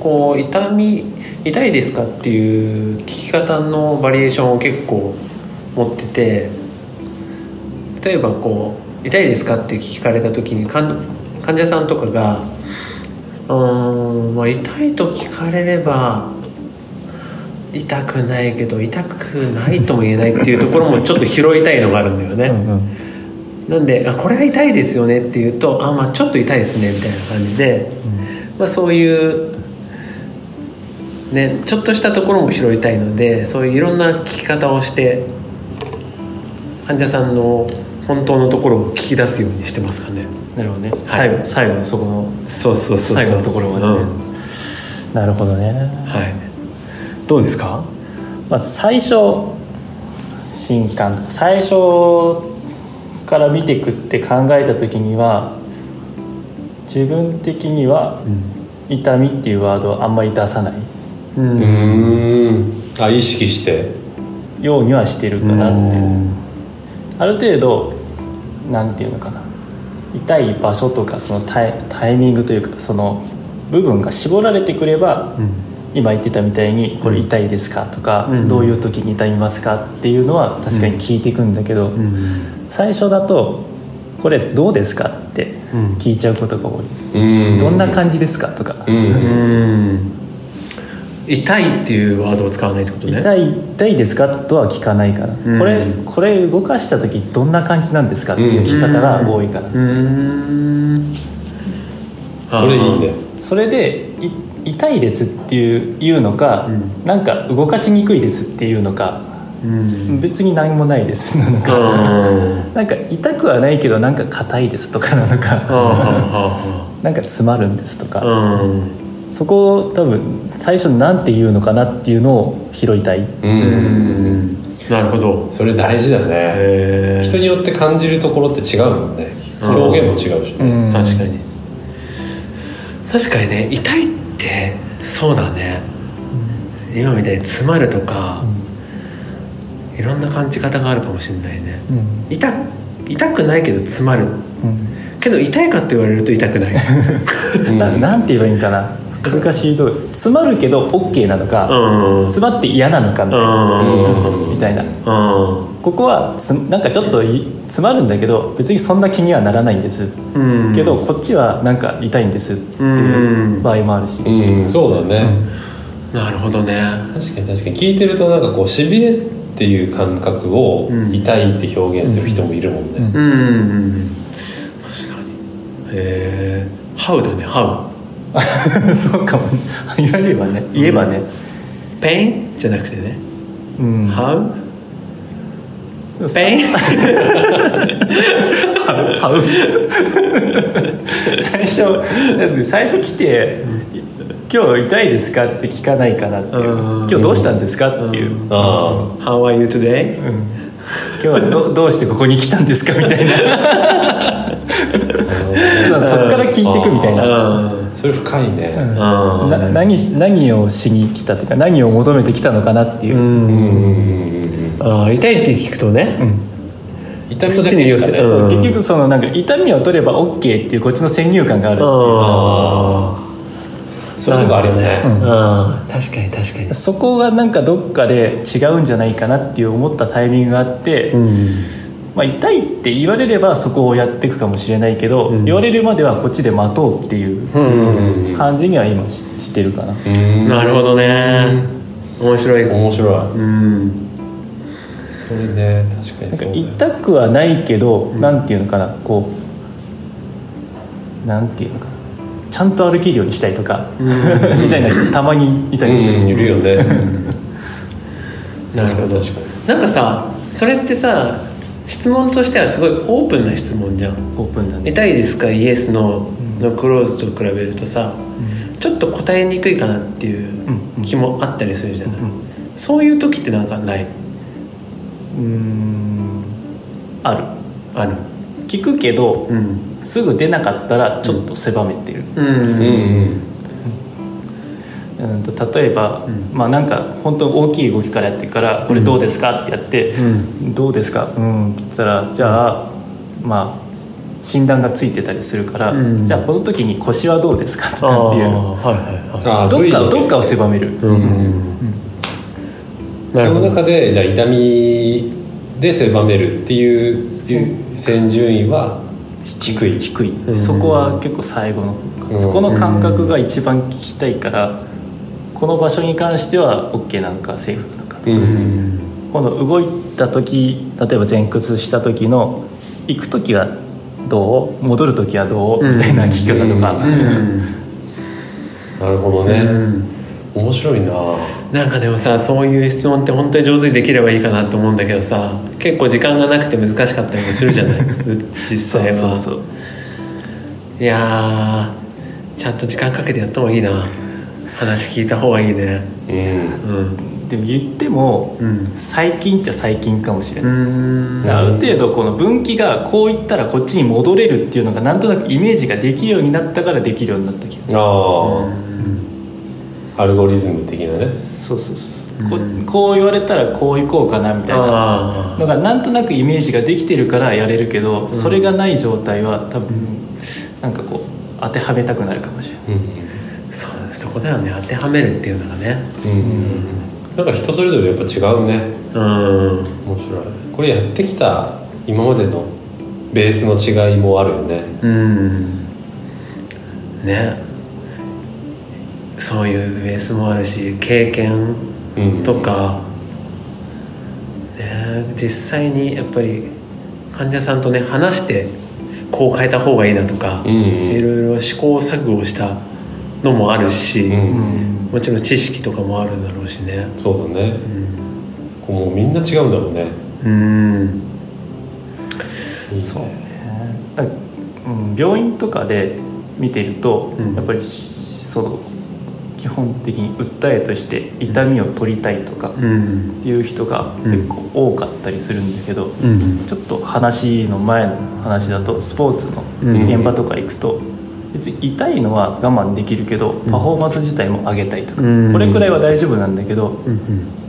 [SPEAKER 3] こう痛み痛いですかっていう聞き方のバリエーションを結構持ってて例えばこう「痛いですか?」って聞かれた時に患患者さんとかが「うーん、まあ、痛い」と聞かれれば痛くないけど痛くないとも言えないっていうところもちょっと拾いたいのがあるんだよね。
[SPEAKER 1] うんうん
[SPEAKER 3] なんで「あこれは痛いですよね」って言うと「あまあちょっと痛いですね」みたいな感じで、まあ、そういう、ね、ちょっとしたところも拾いたいのでそういういろんな聞き方をして患者さんの本当のところを聞き出すようにしてますかね。
[SPEAKER 1] なるほどね、最後最後のそこの
[SPEAKER 3] そうそうそうそう
[SPEAKER 1] 最後のところまでね
[SPEAKER 3] うん
[SPEAKER 1] なるほどね
[SPEAKER 3] はい、どうですか
[SPEAKER 1] まあ、最初新刊とか最初から見ていくって考えた時には自分的には痛みっていうワードをあんまり出さない
[SPEAKER 2] うんうんあ意識して
[SPEAKER 1] ようにはしてるかなっていうある程度なんていうのかな痛い場所とかそのタイタイミングというかその部分が絞られてくれば、今言ってたみたいに「これ痛いですか?」とか、
[SPEAKER 3] うん
[SPEAKER 1] どういう時に痛みますか?」っていうのは確かに聞いていくんだけど、最初だと「これどうですか?」って聞いちゃうことが多い「
[SPEAKER 2] うん
[SPEAKER 1] どんな感じですか?」とか、
[SPEAKER 2] うん
[SPEAKER 3] うん痛いっていうワードを使わないってことね
[SPEAKER 1] 痛い痛いですか?」とは聞かないから、
[SPEAKER 3] ん
[SPEAKER 1] これこれ動かした時どんな感じなんですか?」っていう聞き方が多いから。
[SPEAKER 3] うん
[SPEAKER 2] それいいね
[SPEAKER 1] それでい痛いですっていういうのか、なんか動かしにくいですっていうのか、別に何もないですなの
[SPEAKER 3] うん
[SPEAKER 1] か、 なんか痛くはないけどなんか硬いですとかなのか、
[SPEAKER 3] う
[SPEAKER 1] なんか詰まるんですとか、
[SPEAKER 3] ん
[SPEAKER 1] そこを多分最初なんて言うのかなっていうのを拾いたい、
[SPEAKER 2] うん
[SPEAKER 3] うんなるほど
[SPEAKER 2] それ大事だね
[SPEAKER 3] へえ
[SPEAKER 2] 人によって感じるところって違うもんね
[SPEAKER 3] う
[SPEAKER 2] 表現も違うしね
[SPEAKER 3] 確かに確かにね痛いってそうだね、今みたいに詰まるとか、いろんな感じ方があるかもしれないね、
[SPEAKER 1] うん
[SPEAKER 3] 痛痛くないけど詰まる
[SPEAKER 1] うん
[SPEAKER 3] けど痛いかって言われると痛くない
[SPEAKER 1] ななんて言えばいいんかな難しいとこ詰まるけど OK なのか、
[SPEAKER 3] うん
[SPEAKER 1] 詰まって嫌なのかみたいな,、
[SPEAKER 3] うん
[SPEAKER 1] みたいな
[SPEAKER 3] う
[SPEAKER 1] ここはつなんかちょっとい詰まるんだけど別にそんな気にはならないんです、
[SPEAKER 3] ん
[SPEAKER 1] けどこっちはなんか痛いんですっていう場合もあるし、
[SPEAKER 2] うんそうだね、
[SPEAKER 3] なるほどね
[SPEAKER 2] 確かに確かに聞いてるとなんかこうしびれっていう感覚を
[SPEAKER 3] うん
[SPEAKER 2] 痛いって表現する人もいるもんね、
[SPEAKER 1] うん
[SPEAKER 3] うんうん確かにへえハウだねハ
[SPEAKER 1] そうかもね言われればね言えばね、
[SPEAKER 3] ウペインじゃなくてね
[SPEAKER 1] うん
[SPEAKER 3] ハウ
[SPEAKER 1] さ
[SPEAKER 3] ペイン
[SPEAKER 1] 最初だって最初来て「今日痛いですか?」って聞かないかなっていう
[SPEAKER 3] うん
[SPEAKER 1] 「今日どうしたんですか?」っていう「
[SPEAKER 2] あ
[SPEAKER 3] How are you today?
[SPEAKER 1] うん今日はどどうしてここに来たんですか?」みたいなそっから聞いてくみたいな
[SPEAKER 3] うん
[SPEAKER 2] あそれ深いね、
[SPEAKER 3] うん
[SPEAKER 1] な何し何をしに来たとか何を求めてきたのかなっていう、
[SPEAKER 3] あー痛いって聞くとね、
[SPEAKER 2] 痛みだけしかね、
[SPEAKER 3] うん
[SPEAKER 1] そう結局そのなんか痛みを取れば OK っていうこっちの先入観があるっていう
[SPEAKER 3] あ
[SPEAKER 2] そういうとこあるよね、
[SPEAKER 3] ーあー確かに確かに
[SPEAKER 1] そこがなんかどっかで違うんじゃないかなっていう思ったタイミングがあって、まあ、痛いって言われればそこをやっていくかもしれないけど、言われるまではこっちで待とうっていう感じには今ししてるかな、
[SPEAKER 2] うん
[SPEAKER 3] なるほどね面白い
[SPEAKER 2] 面白い
[SPEAKER 3] うん
[SPEAKER 2] それね確かにそうだよ
[SPEAKER 1] 痛くはないけど、なんていうのかなこうなんていうのかなちゃんと歩けるようにしたいとか、 みたいな人たまにいたりする、
[SPEAKER 2] うんいるよね
[SPEAKER 3] なるほど
[SPEAKER 2] 確か
[SPEAKER 3] なんかさそれってさ質問としてはすごいオープンな質問じゃん
[SPEAKER 1] オープンだね
[SPEAKER 3] 痛いですかイエスノーのクローズと比べるとさ、ちょっと答えにくいかなっていう気もあったりするじゃない、
[SPEAKER 1] うん
[SPEAKER 3] そういう時ってなんかないう
[SPEAKER 1] ーんある
[SPEAKER 3] ある
[SPEAKER 1] 聞くけど、
[SPEAKER 3] うん
[SPEAKER 1] すぐ出なかったらちょっと狭めてる、
[SPEAKER 3] うん
[SPEAKER 2] にうん
[SPEAKER 1] うん、と例えば、まあなんか本当大きい動きからやってから「これどうですか?」ってやって「どうですか?」うんって言ったらじゃあまあ診断がついてたりするから、
[SPEAKER 3] うん
[SPEAKER 1] じゃあこの時に腰はどうですかと
[SPEAKER 3] ああ
[SPEAKER 1] かっていう
[SPEAKER 3] はいはいはい
[SPEAKER 2] あー
[SPEAKER 1] どっ
[SPEAKER 2] V
[SPEAKER 1] か
[SPEAKER 2] の
[SPEAKER 1] どっかを狭める、
[SPEAKER 3] なる
[SPEAKER 2] そ
[SPEAKER 3] ほ
[SPEAKER 2] の
[SPEAKER 3] ど
[SPEAKER 2] 中でじゃあ痛みで狭めるっていう先順位は低い
[SPEAKER 1] 低い、そこは結構最後の方か、
[SPEAKER 2] うん
[SPEAKER 1] そこの感覚が一番聞きたいからこの場所に関しては OK なのかセーフなのかとか、
[SPEAKER 2] うん
[SPEAKER 1] この動いた時例えば前屈した時の行く時はどう戻る時はどうみたいな聞き方とか、
[SPEAKER 2] なるほどね、面白いな
[SPEAKER 3] なんかでもさそういう質問って本当に上手にできればいいかなと思うんだけどさ結構時間がなくて難しかったりもするじゃない 実
[SPEAKER 1] そう
[SPEAKER 3] 際は
[SPEAKER 1] そうそう
[SPEAKER 3] いやーちゃんと時間かけてやった方がいいな話聞いた方がいいね
[SPEAKER 2] うん
[SPEAKER 3] うん
[SPEAKER 1] でも言っても、
[SPEAKER 3] うん
[SPEAKER 1] 最近っちゃ最近かもしれ
[SPEAKER 3] うー
[SPEAKER 1] ない、
[SPEAKER 3] ん
[SPEAKER 1] ある程度この分岐がこういったらこっちに戻れるっていうのがなんとなくイメージができるようになったからできるようになった気が
[SPEAKER 2] ああ、アルゴリズム的なね
[SPEAKER 1] そうそうそうそう、ここう言われたらこう行こうかなみたいな
[SPEAKER 3] あ
[SPEAKER 1] のがなんとなくイメージができてるからやれるけど、それがない状態は多分なんかこう当てはめたくなるかもしれない
[SPEAKER 2] うん
[SPEAKER 3] あそうそこだよね当てはめるっていうのがね
[SPEAKER 2] うんなんか人それぞれやっぱ違うね
[SPEAKER 3] うん
[SPEAKER 2] 面白いこれやってきた今までのベースの違いもあるよね
[SPEAKER 3] うんねそういうベースもあるし経験
[SPEAKER 2] うん
[SPEAKER 3] とか、ね、実際にやっぱり患者さんとね話してこう変えた方がいいなとか、
[SPEAKER 2] うん
[SPEAKER 3] いろいろ試行錯誤したのもあるし、
[SPEAKER 2] うん
[SPEAKER 3] もちろん知識とかもあるんだろうしね
[SPEAKER 2] そうだね、こうもうみんな違うんだろうね
[SPEAKER 3] うん
[SPEAKER 1] そうねだからうん病院とかで見てると、
[SPEAKER 3] うん
[SPEAKER 1] やっぱりしその基本的に訴えとして痛みを取りたいとか
[SPEAKER 3] うん
[SPEAKER 1] っていう人が結構多かったりするんだけど、
[SPEAKER 3] うん
[SPEAKER 1] ちょっと話の前の話だとスポーツの
[SPEAKER 3] うん
[SPEAKER 1] 現場とか行くと、別に痛いのは我慢できるけどパフォーマンス自体も上げたいとか、
[SPEAKER 3] うん
[SPEAKER 1] これくらいは大丈夫なんだけど、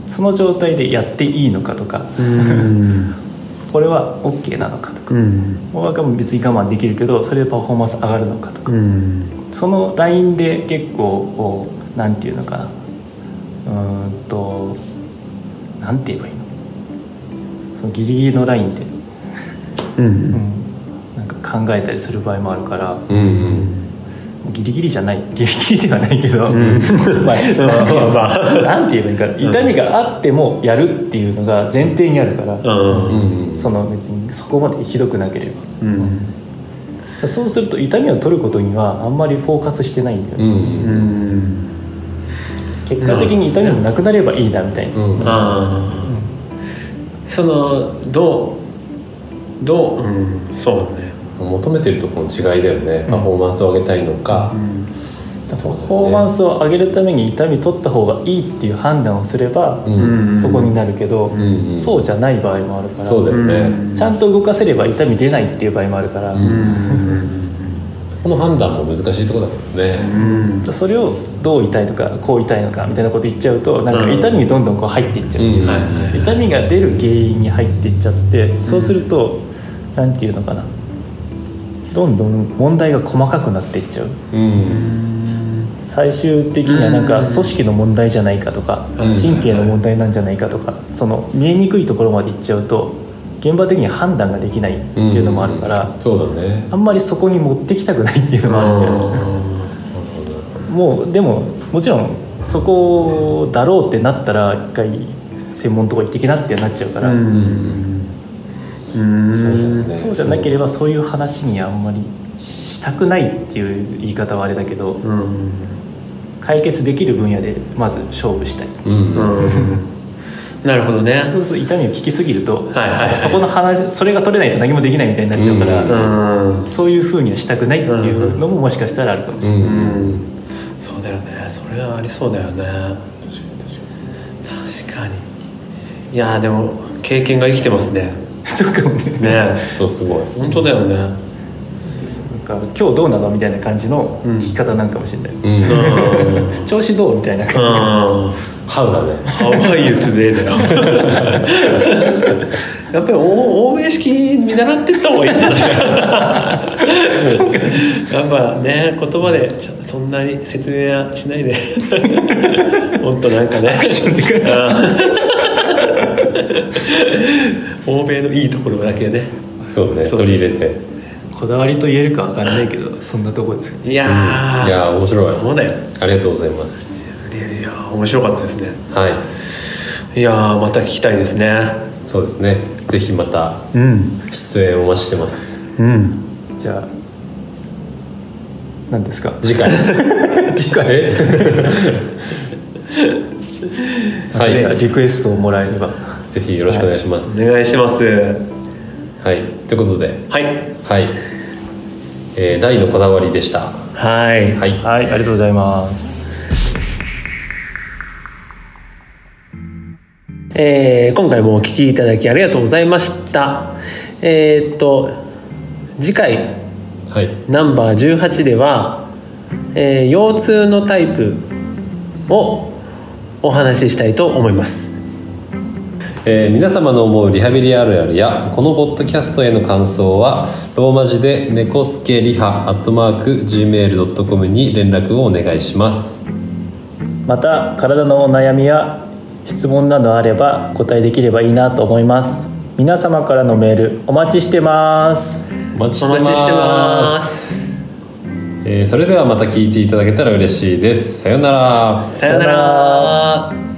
[SPEAKER 1] その状態でやっていいのかとか、
[SPEAKER 3] うん
[SPEAKER 1] これは OK なのかとか、
[SPEAKER 3] うん
[SPEAKER 1] もう我慢別に我慢できるけどそれでパフォーマンス上がるのかとか、
[SPEAKER 3] うん
[SPEAKER 1] そのラインで結構こうなんていうのかなうーんとなんて言えばいいのそのギリギリのラインで、
[SPEAKER 3] うん
[SPEAKER 1] うん、なんか考えたりする場合もあるから。
[SPEAKER 2] うんうん
[SPEAKER 1] ギリギリじゃないギリギリではないけど、 まあ
[SPEAKER 3] まあまあ
[SPEAKER 1] なんて言えばいいかな痛みがあってもやるっていうのが前提にあるから、
[SPEAKER 3] うん
[SPEAKER 2] うん
[SPEAKER 1] その別にそこまでひどくなければ
[SPEAKER 3] うん
[SPEAKER 1] そうすると痛みを取ることにはあんまりフォーカスしてないんだよ
[SPEAKER 2] う
[SPEAKER 1] ね、
[SPEAKER 2] ん
[SPEAKER 3] うん
[SPEAKER 1] 結果的に痛みもなくなればいいなみたいな、
[SPEAKER 2] うん
[SPEAKER 3] ああそのどうどううんそうね
[SPEAKER 2] 求めてるところの違いだよねパフォーマンスを上げたいのか
[SPEAKER 1] パフォーマンスを上げるために痛み取った方がいいっていう判断をすれば、
[SPEAKER 2] うん
[SPEAKER 1] そこになるけど、
[SPEAKER 2] んうん
[SPEAKER 1] そうじゃない場合もあるから
[SPEAKER 2] そうだよね
[SPEAKER 1] ちゃんと動かせれば痛み出ないっていう場合もあるから、
[SPEAKER 2] そこの判断も難しいところだけどね
[SPEAKER 1] それをどう痛いとかこう痛いのかみたいなこと言っちゃうとなんか痛みにどんどんこう入っていっちゃうっていうか、
[SPEAKER 2] うんはいはいはい
[SPEAKER 1] 痛みが出る原因に入っていっちゃってそうすると何、なん、ていうのかなどんどん問題が細かくなっていっちゃう
[SPEAKER 2] うん
[SPEAKER 1] 最終的にはなんか組織の問題じゃないかとか
[SPEAKER 2] うん
[SPEAKER 1] 神経の問題なんじゃないかとかその見えにくいところまでいっちゃうと現場的には判断ができないっていうのもあるから
[SPEAKER 2] そうだね
[SPEAKER 1] あんまりそこに持ってきたくないっていうのもあるんだよね。もうでももちろんそこだろうってなったら一回専門のとこ行ってきなってなっちゃうから、
[SPEAKER 2] そうだよね
[SPEAKER 1] そうじゃなければそういう話にあんまりしたくないっていう言い方はあれだけど、解決できる分野でまず勝負したい、
[SPEAKER 2] うん
[SPEAKER 3] なるほどね
[SPEAKER 1] そうそう痛みを聞きすぎると、
[SPEAKER 3] はいはいはい
[SPEAKER 1] そこの話それが取れないと何もできないみたいになっちゃうから、
[SPEAKER 2] う
[SPEAKER 3] うん
[SPEAKER 1] そういうふうにはしたくないっていうのももしかしたらあるかもしれない。
[SPEAKER 2] うん
[SPEAKER 3] そうだよねそれはありそうだよね確かにいやーでも経験が生きてますね
[SPEAKER 1] そうかもね
[SPEAKER 3] ね
[SPEAKER 2] そうすごい
[SPEAKER 3] 本当だよね
[SPEAKER 1] なんか今日どうなのみたいな感じの聞き方なんかもしれない、
[SPEAKER 2] うん
[SPEAKER 1] 調子どうみたいな感じで
[SPEAKER 3] うん
[SPEAKER 2] ハウだね
[SPEAKER 3] How are you today だよやっぱりお欧米式見習ってった方がいいんじゃないかなやっぱね言葉でちょそんなに説明はしないでもっとなんかねうん欧米のいいところだけね
[SPEAKER 2] そうだね取り入れて
[SPEAKER 1] こだわりと言えるかわからないけどそんなとこですよね
[SPEAKER 3] いやー、
[SPEAKER 2] いやー面白い
[SPEAKER 3] そうだよ
[SPEAKER 2] ありがとうございます
[SPEAKER 3] いやー面白かったですね
[SPEAKER 2] はい
[SPEAKER 3] いやーまた聞きたいですね
[SPEAKER 2] そうですねぜひまた
[SPEAKER 3] うん
[SPEAKER 2] 出演お待ちしてます
[SPEAKER 3] うん
[SPEAKER 1] じゃあ何ですか
[SPEAKER 2] 次回
[SPEAKER 1] 次回
[SPEAKER 2] えは
[SPEAKER 1] じゃあ
[SPEAKER 2] い
[SPEAKER 1] リクエストをもらえれば
[SPEAKER 2] ぜひよろしくお願いします
[SPEAKER 3] お願いします
[SPEAKER 2] はいということで
[SPEAKER 3] はい
[SPEAKER 2] はい、えー、大のこだわりでした
[SPEAKER 3] はい
[SPEAKER 2] はい
[SPEAKER 1] はいありがとうございます
[SPEAKER 3] えー今回もお聞きいただきありがとうございましたえーっと次回
[SPEAKER 2] はい
[SPEAKER 3] ナンバー18では、えー腰痛のタイプをお話ししたいと思います
[SPEAKER 2] えー皆様の思うリハビリあるあるやこのポッドキャストへの感想はローマ字で「猫助リハ」アットマーク Gmail.com に連絡をお願いします
[SPEAKER 1] また体のお悩みや質問などあればお答えできればいいなと思います皆様からのメールお待ちしてます
[SPEAKER 2] お待ち
[SPEAKER 3] お
[SPEAKER 2] して
[SPEAKER 3] 待ちして
[SPEAKER 2] ま
[SPEAKER 3] ますす
[SPEAKER 2] えーそれではまた聞いていただけたら嬉しいですさようなら
[SPEAKER 3] さよなら